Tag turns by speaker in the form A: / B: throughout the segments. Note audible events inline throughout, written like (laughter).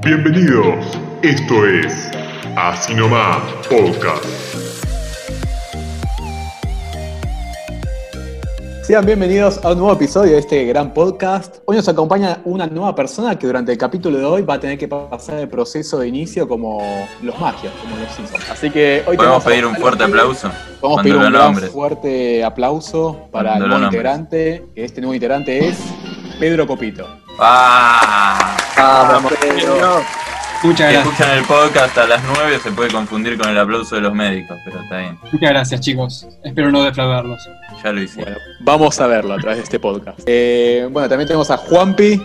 A: Bienvenidos, esto es Así Nomás Podcast.
B: Sean bienvenidos a un nuevo episodio de este gran podcast. Hoy nos acompaña una nueva persona que durante el capítulo de hoy va a tener que pasar el proceso de inicio como los magios, como los Simpsons. Así que hoy
C: Podemos
B: tenemos a
C: pedir un
B: Gonzalo
C: fuerte
B: Pérez.
C: aplauso.
B: Podemos
C: Cuando
B: pedir
C: lo
B: un gran
C: nombres.
B: fuerte aplauso para
C: Cuando
B: el
C: lo
B: nuevo
C: nombres.
B: integrante, que este nuevo integrante es Pedro Copito.
C: ¡Ah!
D: Muchas
C: Si
D: gracias,
C: escuchan el podcast a las 9 se puede confundir con el aplauso de los médicos, pero está bien.
D: muchas gracias chicos. Espero no defraudarlos.
C: Ya lo hicimos.
B: Bueno, vamos a verlo a través de este podcast. Eh, bueno, también tenemos a Juanpi,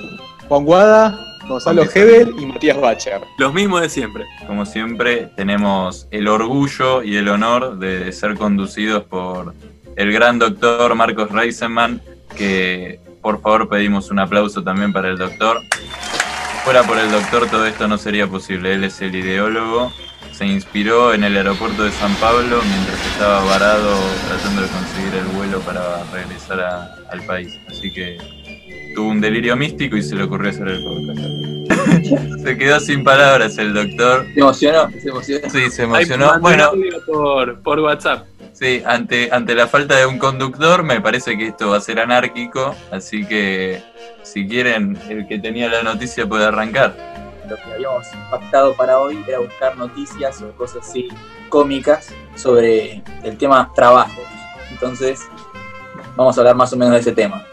B: Juan Guada, Gonzalo
C: Juanpi.
B: Hebel y Matías Bacher.
E: Los mismos de siempre.
C: Como siempre, tenemos el orgullo y el honor de ser conducidos por el gran doctor Marcos Reisenman, que por favor pedimos un aplauso también para el doctor. Si fuera por el doctor todo esto no sería posible, él es el ideólogo. Se inspiró en el aeropuerto de San Pablo mientras estaba varado tratando de conseguir el vuelo para regresar a- al país. Así que tuvo un delirio místico y se le ocurrió hacer el podcast. (laughs) se quedó sin palabras el doctor.
F: Se emocionó, se emocionó.
C: Sí, se
E: Ahí
C: emocionó.
E: mandé
C: Bueno,
E: un audio Por, por WhatsApp.
C: sí, ante, ante la falta de un conductor, me parece que esto va a ser anárquico. Así que, si quieren, el que tenía la noticia puede arrancar.
F: Lo que habíamos pactado para hoy era buscar noticias o cosas así cómicas sobre el tema trabajo. Entonces, vamos a hablar más o menos de ese tema.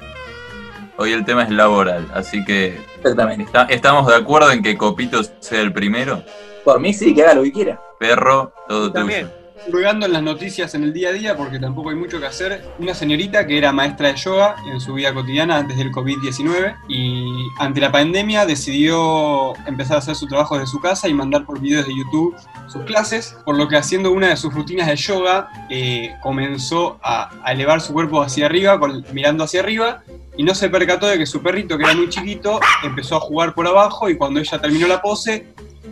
C: Hoy el tema es laboral, así que
F: Exactamente.
C: está- estamos de acuerdo en que Copito sea el primero.
F: Por mí sí, que haga lo que quiera.
C: Perro, todo tuyo.
D: También, Llegando en las noticias en el día a día, porque tampoco hay mucho que hacer, una señorita que era maestra de yoga en su vida cotidiana antes del COVID-19 y ante la pandemia decidió empezar a hacer su trabajo desde su casa y mandar por videos de YouTube sus clases, por lo que haciendo una de sus rutinas de yoga eh, comenzó a, a elevar su cuerpo hacia arriba, con- mirando hacia arriba, y no se percató de que su perrito, que era muy chiquito, empezó a jugar por abajo y cuando ella terminó la pose,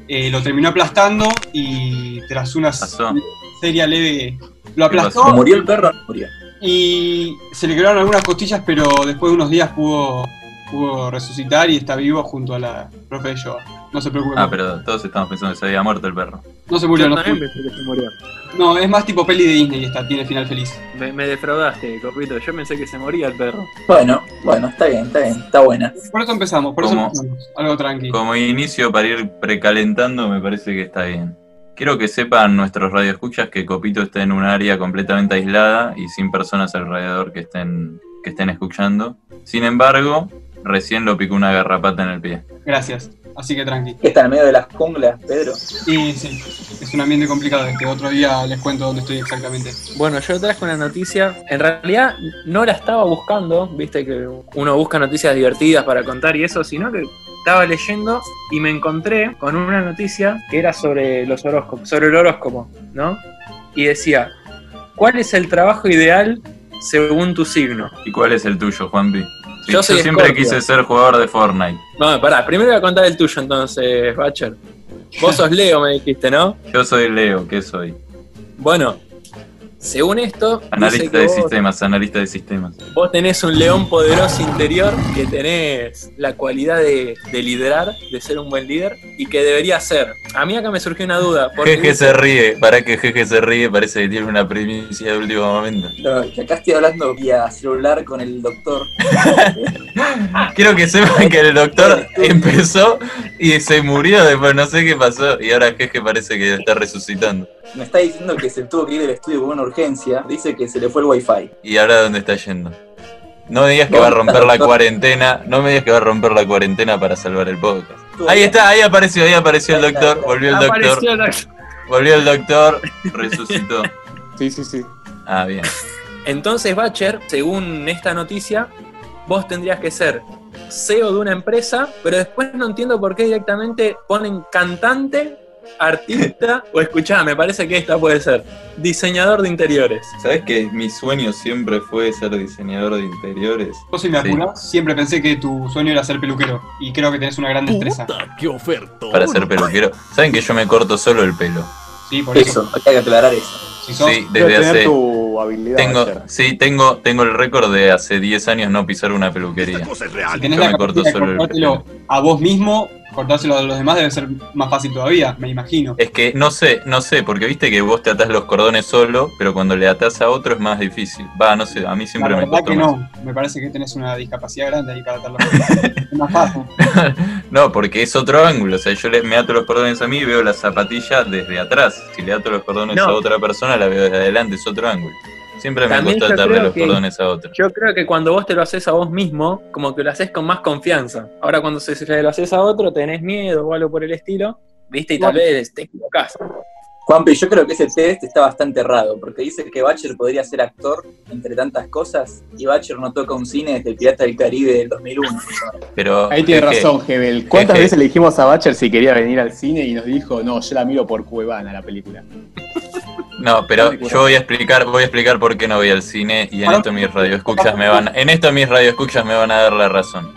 D: eh, lo terminó aplastando y tras una
C: Pasó.
D: seria leve, lo aplastó
C: pasó?
F: ¿Murió el perro o no murió?
D: y se le quedaron algunas costillas, pero después de unos días pudo, pudo resucitar y está vivo junto a la profe de yoga. No se preocupe,
C: Ah, pero todos estamos pensando que se había muerto el perro.
D: no se murió,
E: Yo
D: no se
E: también
D: murió. No, es más tipo peli de Disney esta, tiene final feliz.
E: Me, me defraudaste, Copito. Yo pensé que se moría el perro.
F: Bueno, bueno, está bien, está bien, está buena.
D: Por eso empezamos, por eso
C: ¿Cómo?
D: empezamos. Algo tranqui.
C: Como inicio para ir precalentando, me parece que está bien. Quiero que sepan nuestros radioescuchas que Copito está en un área completamente aislada y sin personas alrededor que estén, que estén escuchando. Sin embargo, recién lo picó una garrapata en el pie.
D: Gracias. Así que tranqui.
F: Que está en medio de las junglas, Pedro.
D: Y sí, es un ambiente complicado este. Otro día les cuento dónde estoy exactamente.
E: Bueno, yo traje una noticia. En realidad no la estaba buscando, viste que uno busca noticias divertidas para contar y eso, sino que estaba leyendo y me encontré con una noticia que era sobre los horóscopos, sobre el horóscopo, ¿no? Y decía, ¿cuál es el trabajo ideal según tu signo?
C: ¿Y cuál es el tuyo, Juanpi? Sí,
F: Yo soy
C: siempre
F: Scorpio.
C: quise ser jugador de Fortnite.
F: No, pará, primero voy a contar el tuyo entonces, Bacher.
E: (laughs)
F: Vos sos Leo, me dijiste, ¿no?
C: Yo soy Leo, ¿qué soy?
F: Bueno, según esto,
C: Analista de sistemas, analista de sistemas.
F: Vos tenés un león poderoso interior que tenés la cualidad de, de liderar, de ser un buen líder y que debería ser. A mí acá me surgió una duda. Porque
C: Jeje se ríe, para que Jeje se ríe, parece que tiene una primicia de último momento.
F: acá estoy hablando vía celular con el doctor.
C: Quiero que sepan que el (laughs) doctor empezó y se murió después, no sé qué pasó. Y ahora Jeje parece que está resucitando.
F: Me está diciendo que se tuvo que ir del estudio con una urgencia. Dice que se le fue el wifi.
C: ¿Y ahora dónde está yendo? No me digas que va a romper la cuarentena, no me digas que va a romper la cuarentena para salvar el podcast. Ahí está, ahí apareció, ahí apareció el doctor, volvió el doctor,
E: Apareció la-
C: volvió el doctor, resucitó.
B: Sí, sí, sí.
C: Ah, bien.
F: Entonces, Bacher, según esta noticia, vos tendrías que ser CEO de una empresa, pero después no entiendo por qué directamente ponen cantante,
C: (laughs)
F: artista o escuchá, me parece que esta puede ser. Diseñador de interiores.
C: ¿Sabes que mi sueño siempre fue ser diseñador de interiores?
D: Vos si me
C: Sí.
D: apurás, siempre pensé que tu sueño era ser peluquero. Y creo que tenés una gran destreza.
A: ¡Qué oferta!
C: Para ser peluquero. ¿Saben que yo me corto solo el pelo?
D: Sí, por eso.
F: hay que aclarar eso.
D: Si sos
C: Sí,
B: Debe
C: desde
B: tener
C: hace...
B: tu habilidad.
C: Tengo,
B: Bacher.
C: sí, tengo, tengo el récord de hace 10 años no pisar una peluquería.
A: cosa es
D: Si tenés
C: Yo
D: la
C: me corto
D: capacidad de
C: solo el
D: cortártelo a vos mismo, cortárselo a los demás debe ser más fácil todavía, me imagino.
C: Es que no sé, no sé, porque viste que vos te atás los cordones solo, pero cuando le atás a otro es más difícil. Va, no sé, a mí siempre
D: la
C: me
D: verdad
C: costó
D: que
C: más.
D: no, me parece que tenés una discapacidad grande ahí
C: (laughs)
D: para atar los cordones. es más fácil.
C: No, porque es otro ángulo. O sea, yo le, me ato los cordones a mí y veo la zapatilla desde atrás. Si le ato los cordones
E: No.
C: a otra persona, la veo desde adelante, es otro ángulo. Siempre me
E: También
C: costó
E: yo
C: atarle
E: creo
C: los
E: que-
C: cordones a otro.
E: Yo creo que cuando vos te lo haces a vos mismo, como que lo haces con más confianza. Ahora cuando se, se lo haces a otro, tenés miedo o algo por el estilo, viste, y tal vez te equivocás.
G: Juanpi, yo creo que ese test está bastante errado, porque dice que Bacher podría ser actor entre tantas cosas, y Bacher no toca un cine desde el Pirata del Caribe del 2001.
C: Pero
B: Ahí tiene
C: es que-
B: razón, Hebel. ¿Cuántas
C: Jeje.
B: veces le dijimos a Bacher si quería venir al cine y nos dijo, no, yo la miro por Cuevana la película?
C: No, pero yo voy a explicar, voy a explicar por qué no voy al cine y en esto mis radioescuchas me van, en esto mis radioescuchas me van a dar la razón.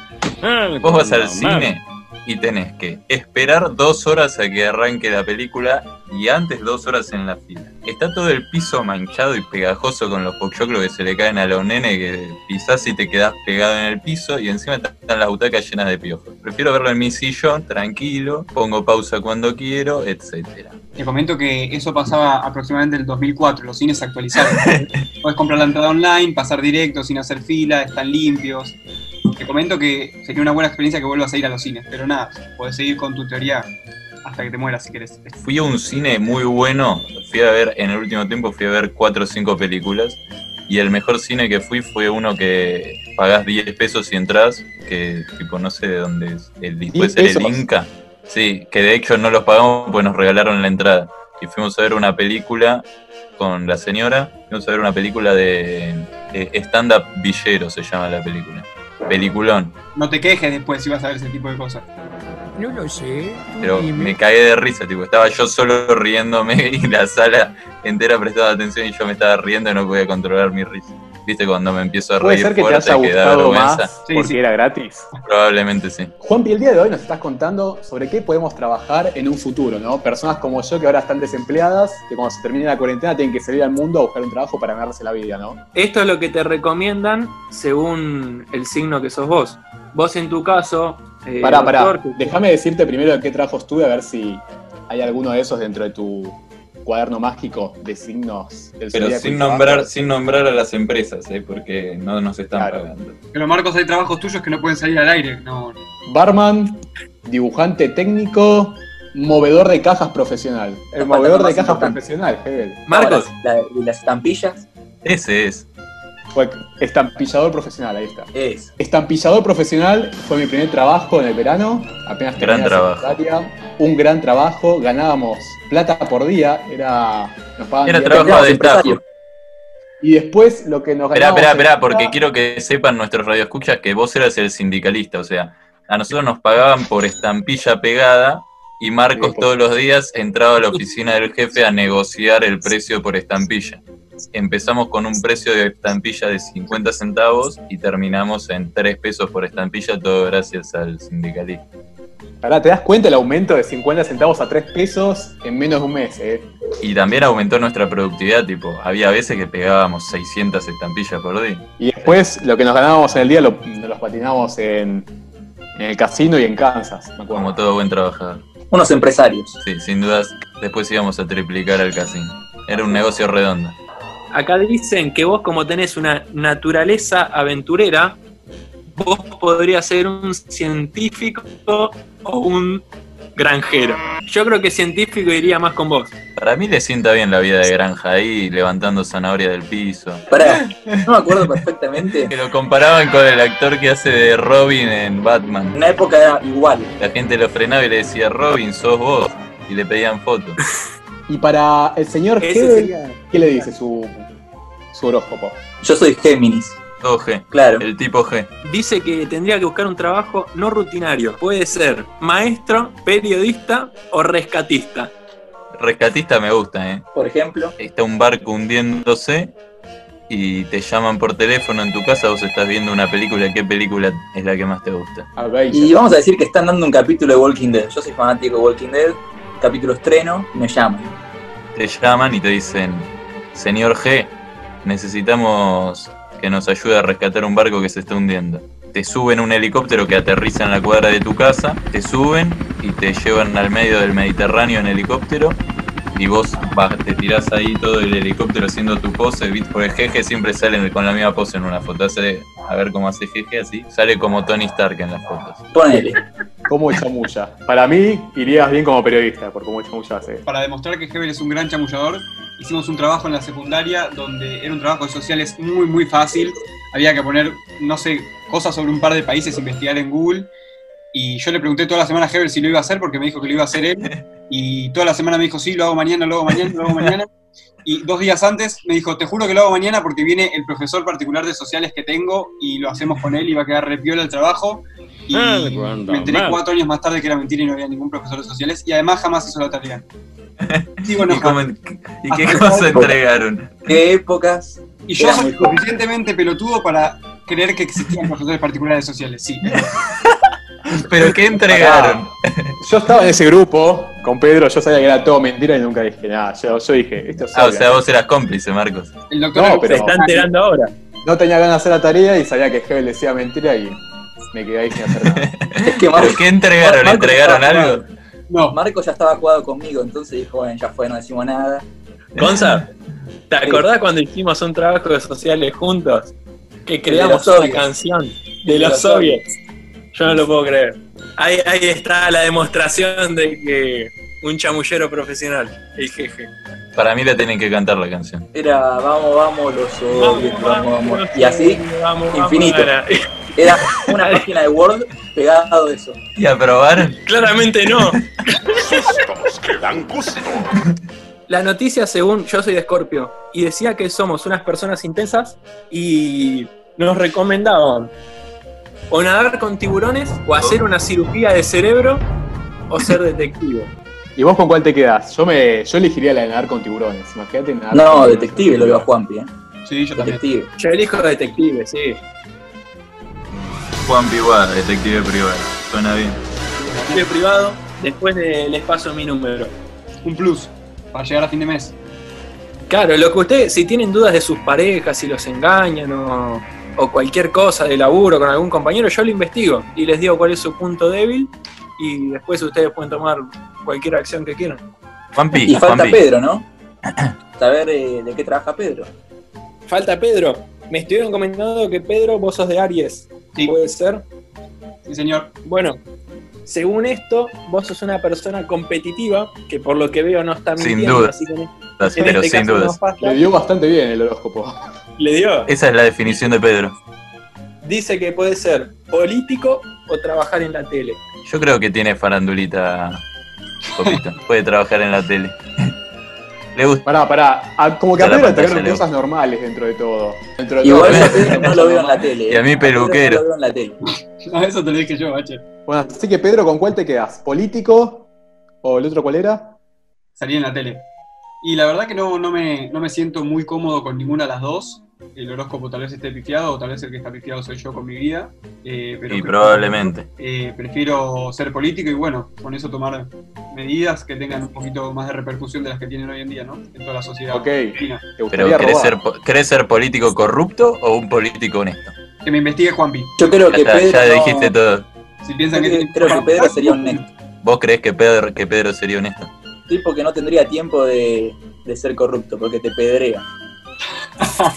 C: Vos vas al cine y tenés que esperar dos horas a que arranque la película y antes dos horas en la fila. Está todo el piso manchado y pegajoso con los pochoclos que se le caen a los nenes que pisás y te quedás pegado en el piso y encima están las butacas llenas de piojos. Prefiero verlo en mi sillón, tranquilo, pongo pausa cuando quiero, etcétera.
D: Te comento que eso pasaba aproximadamente en el 2004, los cines se actualizaron. Puedes comprar la entrada online, pasar directo sin hacer fila, están limpios. Te comento que sería una buena experiencia que vuelvas a ir a los cines, pero nada, podés seguir con tu teoría hasta que te mueras si querés.
C: Fui a un cine muy bueno, fui a ver, en el último tiempo fui a ver cuatro o cinco películas y el mejor cine que fui fue uno que pagás 10 pesos y entras, que tipo no sé de dónde es, el, puede
B: 10
C: ser el
B: pesos.
C: Inca, sí, que de hecho no los pagamos pues nos regalaron la entrada y fuimos a ver una película con la señora, fuimos a ver una película de, de stand-up villero se llama la película, peliculón.
D: No te quejes después si vas a ver ese tipo de cosas.
H: No lo sé. tú
C: Pero
H: dime.
C: me cagué de risa, tipo, estaba yo solo riéndome (laughs) y la sala entera prestaba atención y yo me estaba riendo y no podía controlar mi risa. ¿Viste cuando me empiezo a
B: Puede
C: reír
B: ser que te
C: fuerte
B: haya
C: y que da
B: gustado
C: vergüenza?
B: más
D: Sí,
B: porque
D: sí.
B: era gratis.
C: Probablemente sí.
B: Juanpi, el día de hoy nos estás contando sobre qué podemos trabajar en un futuro, ¿no? Personas como yo que ahora están desempleadas, que cuando se termine la cuarentena tienen que salir al mundo a buscar un trabajo para ganarse la vida, ¿no?
E: Esto es lo que te recomiendan según el signo que sos vos. Vos en tu caso, eh,
B: Pará, pará.
E: doctor, que-
B: Déjame decirte primero de qué trabajo estuve, a ver si hay alguno de esos dentro de tu cuaderno mágico de signos del
C: Pero
B: zodíaco y
C: sin
B: trabajo.
C: nombrar, sin nombrar a las empresas, ¿eh? porque no nos están
B: Claro.
C: pagando.
D: Pero Marcos, hay trabajos tuyos que no pueden salir al aire. No,
B: Barman, dibujante técnico, movedor de cajas profesional. El
G: La
B: movedor
G: falta
B: de
G: más
B: cajas
G: importante.
B: profesional, Hegel.
E: Marcos,
G: La- la- las estampillas
C: Ese es.
B: Fue estampillador profesional, ahí está.
G: es.
B: Estampillador profesional fue mi primer trabajo en el verano, apenas terminé
C: Gran
B: la
C: trabajo.
B: secundaria. un gran trabajo, ganábamos plata por día, era nos pagaban
C: Era
B: bien.
C: trabajo de
G: empresario.
C: estafa.
B: y después lo que nos
C: Esperá,
B: ganábamos
C: esperá,
B: en
C: esperá,
B: plata-
C: porque quiero que sepan nuestros radioescuchas que vos eras el sindicalista, o sea, a nosotros nos pagaban por estampilla pegada y Marcos
B: Sí, por-
C: todos los días entraba a la oficina del jefe a negociar el precio por estampilla. Empezamos con un precio de estampilla de 50 centavos y terminamos en 3 pesos por estampilla, todo gracias al sindicalista.
B: Pará, ¿te das cuenta el aumento de 50 centavos a 3 pesos en menos de un mes? eh?
C: Y también aumentó nuestra productividad, tipo, había veces que pegábamos 600 estampillas por día.
B: Y después lo que nos ganábamos en el día lo, nos los patinábamos en, en el casino y en Kansas, me acuerdo.
C: Como todo buen trabajador.
G: Unos empresarios.
C: Sí, sin dudas, después íbamos a triplicar al casino. Era un negocio redondo.
E: acá dicen que vos como tenés una naturaleza aventurera, vos podrías ser un científico o un granjero. Yo creo que científico iría más con vos.
C: Para mí le sienta bien la vida de granja ahí, levantando zanahoria del piso.
G: Pará, no me acuerdo perfectamente.
C: Que lo comparaban con el actor que hace de Robin en
G: En
C: Batman.
G: una época era igual.
C: La gente lo frenaba y le decía, Robin, sos vos. Y le pedían fotos.
B: Y para el señor
E: Ese
B: Hegel,
E: sería-
B: ¿qué le dice su, su horóscopo?
G: Yo soy Géminis,
C: Todo G.
G: claro.
C: El tipo G.
E: Dice que tendría que buscar un trabajo no rutinario. Puede ser maestro, periodista o rescatista.
C: Rescatista me gusta, ¿eh?
G: Por ejemplo,
C: Está un barco hundiéndose y te llaman por teléfono en tu casa, vos estás viendo una película. ¿Qué película es la que más te gusta?
B: Avenger.
G: y vamos a decir que están dando un capítulo de Walking Dead. Yo soy fanático de Walking Dead, capítulo estreno, me llaman.
C: te llaman y te dicen, señor G, necesitamos que nos ayude a rescatar un barco que se está hundiendo. te suben un helicóptero que aterriza en la cuadra de tu casa, te suben y te llevan al medio del Mediterráneo en helicóptero y vos vas- te tirás ahí todo el helicóptero haciendo tu pose, ¿viste? porque jeje siempre sale con la misma pose en una foto, hace, a ver cómo hace jeje así, sale como Tony Stark en las fotos.
G: Ponele.
B: ¿Cómo es chamulla? Para mí, irías bien como periodista, por cómo chamulla hace.
D: Para demostrar que Hebel es un gran chamullador, hicimos un trabajo en la secundaria donde era un trabajo de sociales muy, muy fácil. Había que poner, no sé, cosas sobre un par de países, investigar en Google. Y yo le pregunté toda la semana a Hebel si lo iba a hacer porque me dijo que lo iba a hacer él. Y toda la semana me dijo, sí, lo hago mañana, lo hago mañana, lo hago mañana. Y dos días antes me dijo, te juro que lo hago mañana porque viene el profesor particular de sociales que tengo y lo hacemos con él y va a quedar repiola el trabajo. Y
I: Ah, de cuando
D: me enteré
I: mal.
D: cuatro años más tarde que era mentira y no había ningún profesor de sociales. Y además jamás hizo
I: (laughs)
D: la tarea. Sigo
C: ¿Y, cómo-
D: enojado.
C: y qué cosa entregaron?
G: ¿Qué épocas?
D: Y yo
G: Era
D: soy
G: muy joven.
D: suficientemente pelotudo para creer que existían profesores particulares de sociales, sí.
C: ¿Pero qué entregaron?
B: Yo estaba en ese grupo con Pedro, yo sabía que era todo mentira y nunca dije nada. Yo, yo dije, esto es
C: Ah, o
B: obvio.
C: sea, vos eras cómplice, Marcos.
D: El doctor
B: No,
D: Agus-
B: pero
E: Está enterando ahora.
B: no tenía ganas de hacer la tarea y sabía que Hebel decía mentira y me quedé ahí sin hacer nada.
C: (laughs)
G: Es que
C: ¿Pero
G: Marcos,
C: qué entregaron?
G: Marcos
C: ¿Entregaron
G: estaba
C: algo?
D: no,
G: Marco ya estaba jugado conmigo, entonces dijo, bueno, ya fue, no decimos nada.
E: Gonza, ¿te acordás cuando hicimos un trabajo de sociales juntos? Que creamos
G: los
E: una
G: Soviets.
E: canción de
G: De
E: los
G: los
E: soviets. Yo no lo puedo creer. Ahí, ahí está la demostración de que un chamullero profesional, el jeje.
C: Para mí la tienen que cantar la canción.
G: Era, vamos, vamos, los soviets, vamos, vamos. Y así
E: vamos, vamos,
G: infinito.
E: gana.
G: era una página de Word pegado de eso.
C: ¿Y aprobaron?
E: Claramente no.
A: Sustos que dan gusto.
F: La noticia, según yo soy de Escorpio, y decía que somos unas personas intensas y
E: Nos recomendaban o nadar con tiburones o hacer una cirugía de cerebro o ser detective.
B: ¿Y vos con cuál te quedás? Yo me yo elegiría la de nadar con tiburones. Imagínate nadar con
G: No,
B: tiburones.
G: detective lo vio Juanpi, ¿eh?
D: sí, yo también.
G: Detective.
E: Yo elijo detective, sí.
C: Juan Piguá, detective privado. Suena bien.
E: Detective privado, después de- les paso mi número.
D: Un plus para llegar a fin de mes.
E: Claro, lo que ustedes, si tienen dudas de sus parejas, si los engañan o, o cualquier cosa de laburo con algún compañero, yo lo investigo y les digo cuál es su punto débil y después ustedes pueden tomar cualquier acción que quieran.
C: Juan
G: Y
C: Pi, Juan
G: falta
C: Pi.
G: Pedro, ¿no? Saber eh, de qué trabaja Pedro.
E: Falta Pedro. Me estuvieron comentando que Pedro, vos sos de Aries.
D: Sí.
E: ¿Puede ser?
D: Sí, señor. (laughs)
E: Bueno, según esto, vos sos una persona competitiva que por lo que veo no está
C: Sin
E: mintiendo.
C: duda.
E: así que en- en
C: Pero
E: este
C: sin
E: caso
C: dudas. Eh.
E: no falla.
B: Le dio bastante bien el horóscopo. (laughs)
E: Le dio.
C: Esa es la definición de Pedro.
E: Dice que puede ser político o trabajar en la tele.
C: Yo creo que tiene farandulita,
G: (laughs)
C: Copito. Puede trabajar en la tele. Le gusta.
B: Pará, pará. A- como que a
C: Está la
B: Pedro le
C: pantalla,
B: tocaron
C: Leo.
B: cosas normales dentro de todo. Dentro de
G: Igual
B: todo.
G: yo a Pedro no lo veo en la tele.
C: Y a mí
G: ¿eh? Pedro
C: peluquero.
G: No lo veo en la tele.
D: No, eso te lo dije yo, bache.
B: (laughs) Bueno, así que Pedro, ¿con cuál te quedas? ¿Político? ¿O el otro cuál era?
D: Salí en la tele. Y la verdad que no, no, me, no me siento muy cómodo con ninguna de las dos. El horóscopo tal vez esté pifiado, o tal vez el que está pifiado soy yo con mi vida. eh, pero
C: Y probablemente.
D: eh, prefiero ser político y bueno, con eso tomar medidas que tengan un poquito más de repercusión de las que tienen hoy en día, ¿no? En toda la sociedad.
B: Ok. ¿Te
D: Argentina.
C: Pero
B: gustaría
C: ¿querés
B: robar?
C: ser, po- ¿querés ser político corrupto o un político honesto?
D: Que me investigue Juanpi.
G: Yo creo
C: Ya,
G: que
C: está,
G: Pedro.
C: ya
G: no-
C: dijiste todo.
D: Si piensan que...
G: Eh, Creo creo que Pedro sería honesto.
C: ¿Vos creés que Pedro, que Pedro sería honesto?
G: Tipo que no tendría tiempo de, de ser corrupto, porque te pedrea.
B: Pará,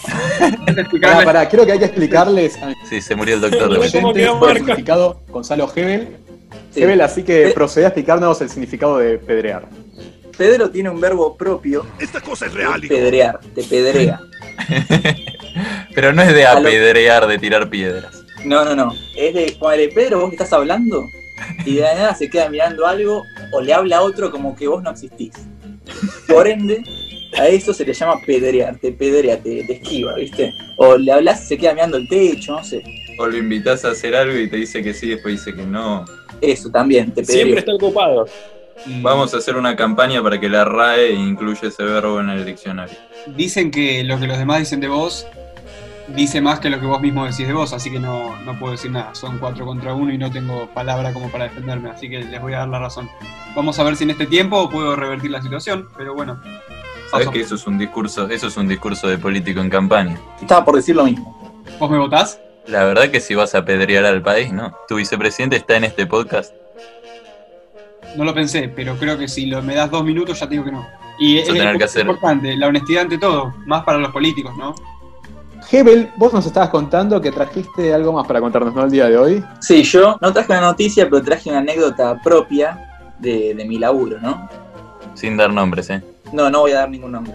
D: Explicarme-
B: pará, creo que hay que explicarles a mis
C: Sí, se murió el doctor de vuelta.
E: Mirá cómo
B: oyentes
E: quedó
B: por el
E: Marco.
B: significado Gonzalo Hebel.
G: Sí.
B: Hebel, así que
G: Eh.
B: procede a explicarnos el significado de pedrear.
G: Pedro tiene un verbo propio,
A: Esta cosa es
G: que
A: real,
G: es
A: hijo.
G: pedrear, te pedrea.
C: Pero no es de
G: A lo-
C: apedrear, de tirar piedras.
G: No, no, no. Es de, ponele, Pedro, vos que estás hablando y de la nada se queda mirando algo o le habla a otro como que vos no existís. Por ende, a eso se le llama pedrear, te pedrea, te, te esquiva, ¿viste? O le hablas y se queda mirando el techo, no sé.
C: O lo invitas a hacer algo y te dice que sí, después dice que no.
G: Eso también, te pedrea.
E: Siempre está ocupado.
C: Vamos a hacer una campaña para que la RAE incluya ese verbo en el diccionario.
D: Dicen que lo que los demás dicen de vos dice más que lo que vos mismo decís de vos, así que no, no puedo decir nada. Son cuatro contra uno y no tengo palabra como para defenderme, así que les voy a dar la razón. Vamos a ver si en este tiempo puedo revertir la situación, pero bueno.
C: ¿Sabes
D: Paso.
C: que eso es un discurso, eso es un discurso de político en campaña?
G: Estaba por decir lo mismo.
D: ¿Vos me votás?
C: La verdad que si vas a apedrear al país, ¿no? Tu vicepresidente está en este podcast.
D: No lo pensé, pero creo que si lo, me das dos minutos ya te digo que no. Y
C: Vas
D: es,
C: a tener
D: es
C: que hacer-
D: importante, la honestidad ante todo, más para los políticos, ¿no?
B: Hebel, vos nos estabas contando que trajiste algo más para contarnos, ¿no? El día de hoy.
G: Sí, yo no traje una noticia, pero traje una anécdota propia de, de mi laburo, ¿no?
C: Sin dar nombres, ¿eh?
G: No, no voy a dar ningún nombre.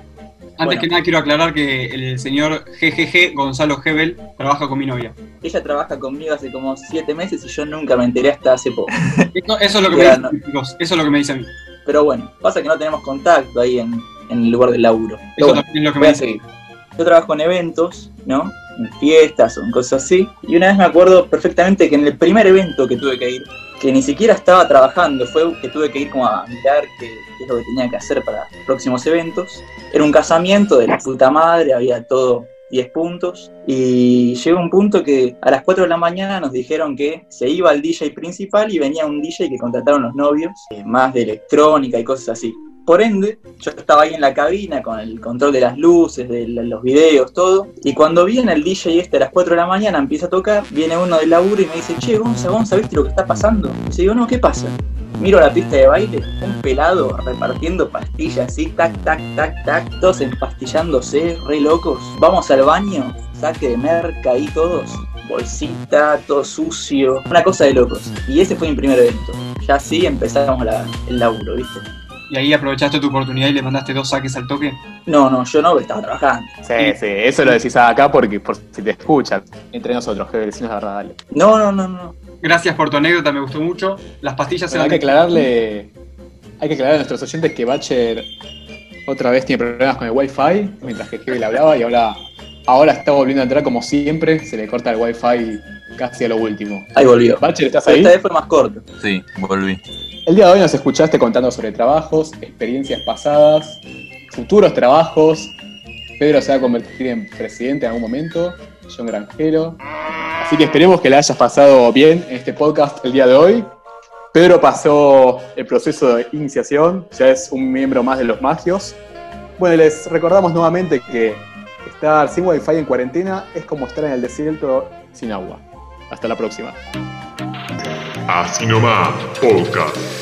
D: Antes
G: Bueno.
D: que nada quiero aclarar que el señor GGG Gonzalo Hebel trabaja con mi novia.
G: Ella trabaja conmigo hace como siete meses y yo nunca me enteré hasta hace poco.
D: Eso, eso es lo que me
G: Claro,
D: dicen, chicos, eso es lo que me dice a mí.
G: Pero bueno, pasa que no tenemos contacto ahí en, en el lugar del laburo.
D: Eso
G: Pero bueno,
D: también es lo que me
G: voy a
D: dice.
G: seguir. Yo trabajo en eventos, ¿no? En fiestas o en cosas así. Y una vez me acuerdo perfectamente que en el primer evento que tuve que ir, que ni siquiera estaba trabajando, fue que tuve que ir como a mirar qué, qué es lo que tenía que hacer para próximos eventos. Era un casamiento de la puta madre, había todo 10 puntos. Y llegó un punto que a las 4 de la mañana nos dijeron que se iba el DJ principal y venía un DJ que contrataron los novios, eh, más de electrónica y cosas así. Por ende, yo estaba ahí en la cabina con el control de las luces, de la- los videos, todo. Y cuando viene el DJ este a las 4 de la mañana, empieza a tocar, viene uno del laburo y me dice, che, Gonza, Gonza, ¿viste lo que está pasando? Y yo digo, no, ¿qué pasa? Miro la pista de baile, un pelado repartiendo pastillas así, tac, tac, tac, tac, todos empastillándose, re locos. Vamos al baño, saque de merca ahí todos, bolsita, todo sucio, una cosa de locos. Y ese fue mi primer evento. Ya así empezamos la- el laburo, ¿viste?
D: Y ahí aprovechaste tu oportunidad y le mandaste dos saques al toque.
G: No, no, yo no estaba trabajando.
B: Sí, sí, eso lo decís acá porque por si te escuchan. Entre nosotros, Hebel, si no es verdad, dale.
G: No, no, no, no.
D: Gracias por tu anécdota, me gustó mucho. Las pastillas
B: Bueno, hay que aclararle. Hay que aclarar a nuestros oyentes que Bacher otra vez tiene problemas con el Wi-Fi, mientras que Hebel hablaba y ahora, ahora está volviendo a entrar como siempre, se le corta el Wi-Fi casi a lo último.
G: Ahí volvió.
B: Bacher, ¿estás
G: Pero
B: ahí?
G: esta vez fue más corto.
C: Sí, volví.
B: El día de hoy nos escuchaste contando sobre trabajos, experiencias pasadas, futuros trabajos. Pedro se va a convertir en presidente en algún momento, John Granjero. Así que esperemos que la hayas pasado bien en este podcast el día de hoy. Pedro pasó el proceso de iniciación, ya es un miembro más de los magios. Bueno, les recordamos nuevamente que estar sin wifi en cuarentena es como estar en el desierto sin agua. Hasta la próxima.
A: Así nomás, podcast.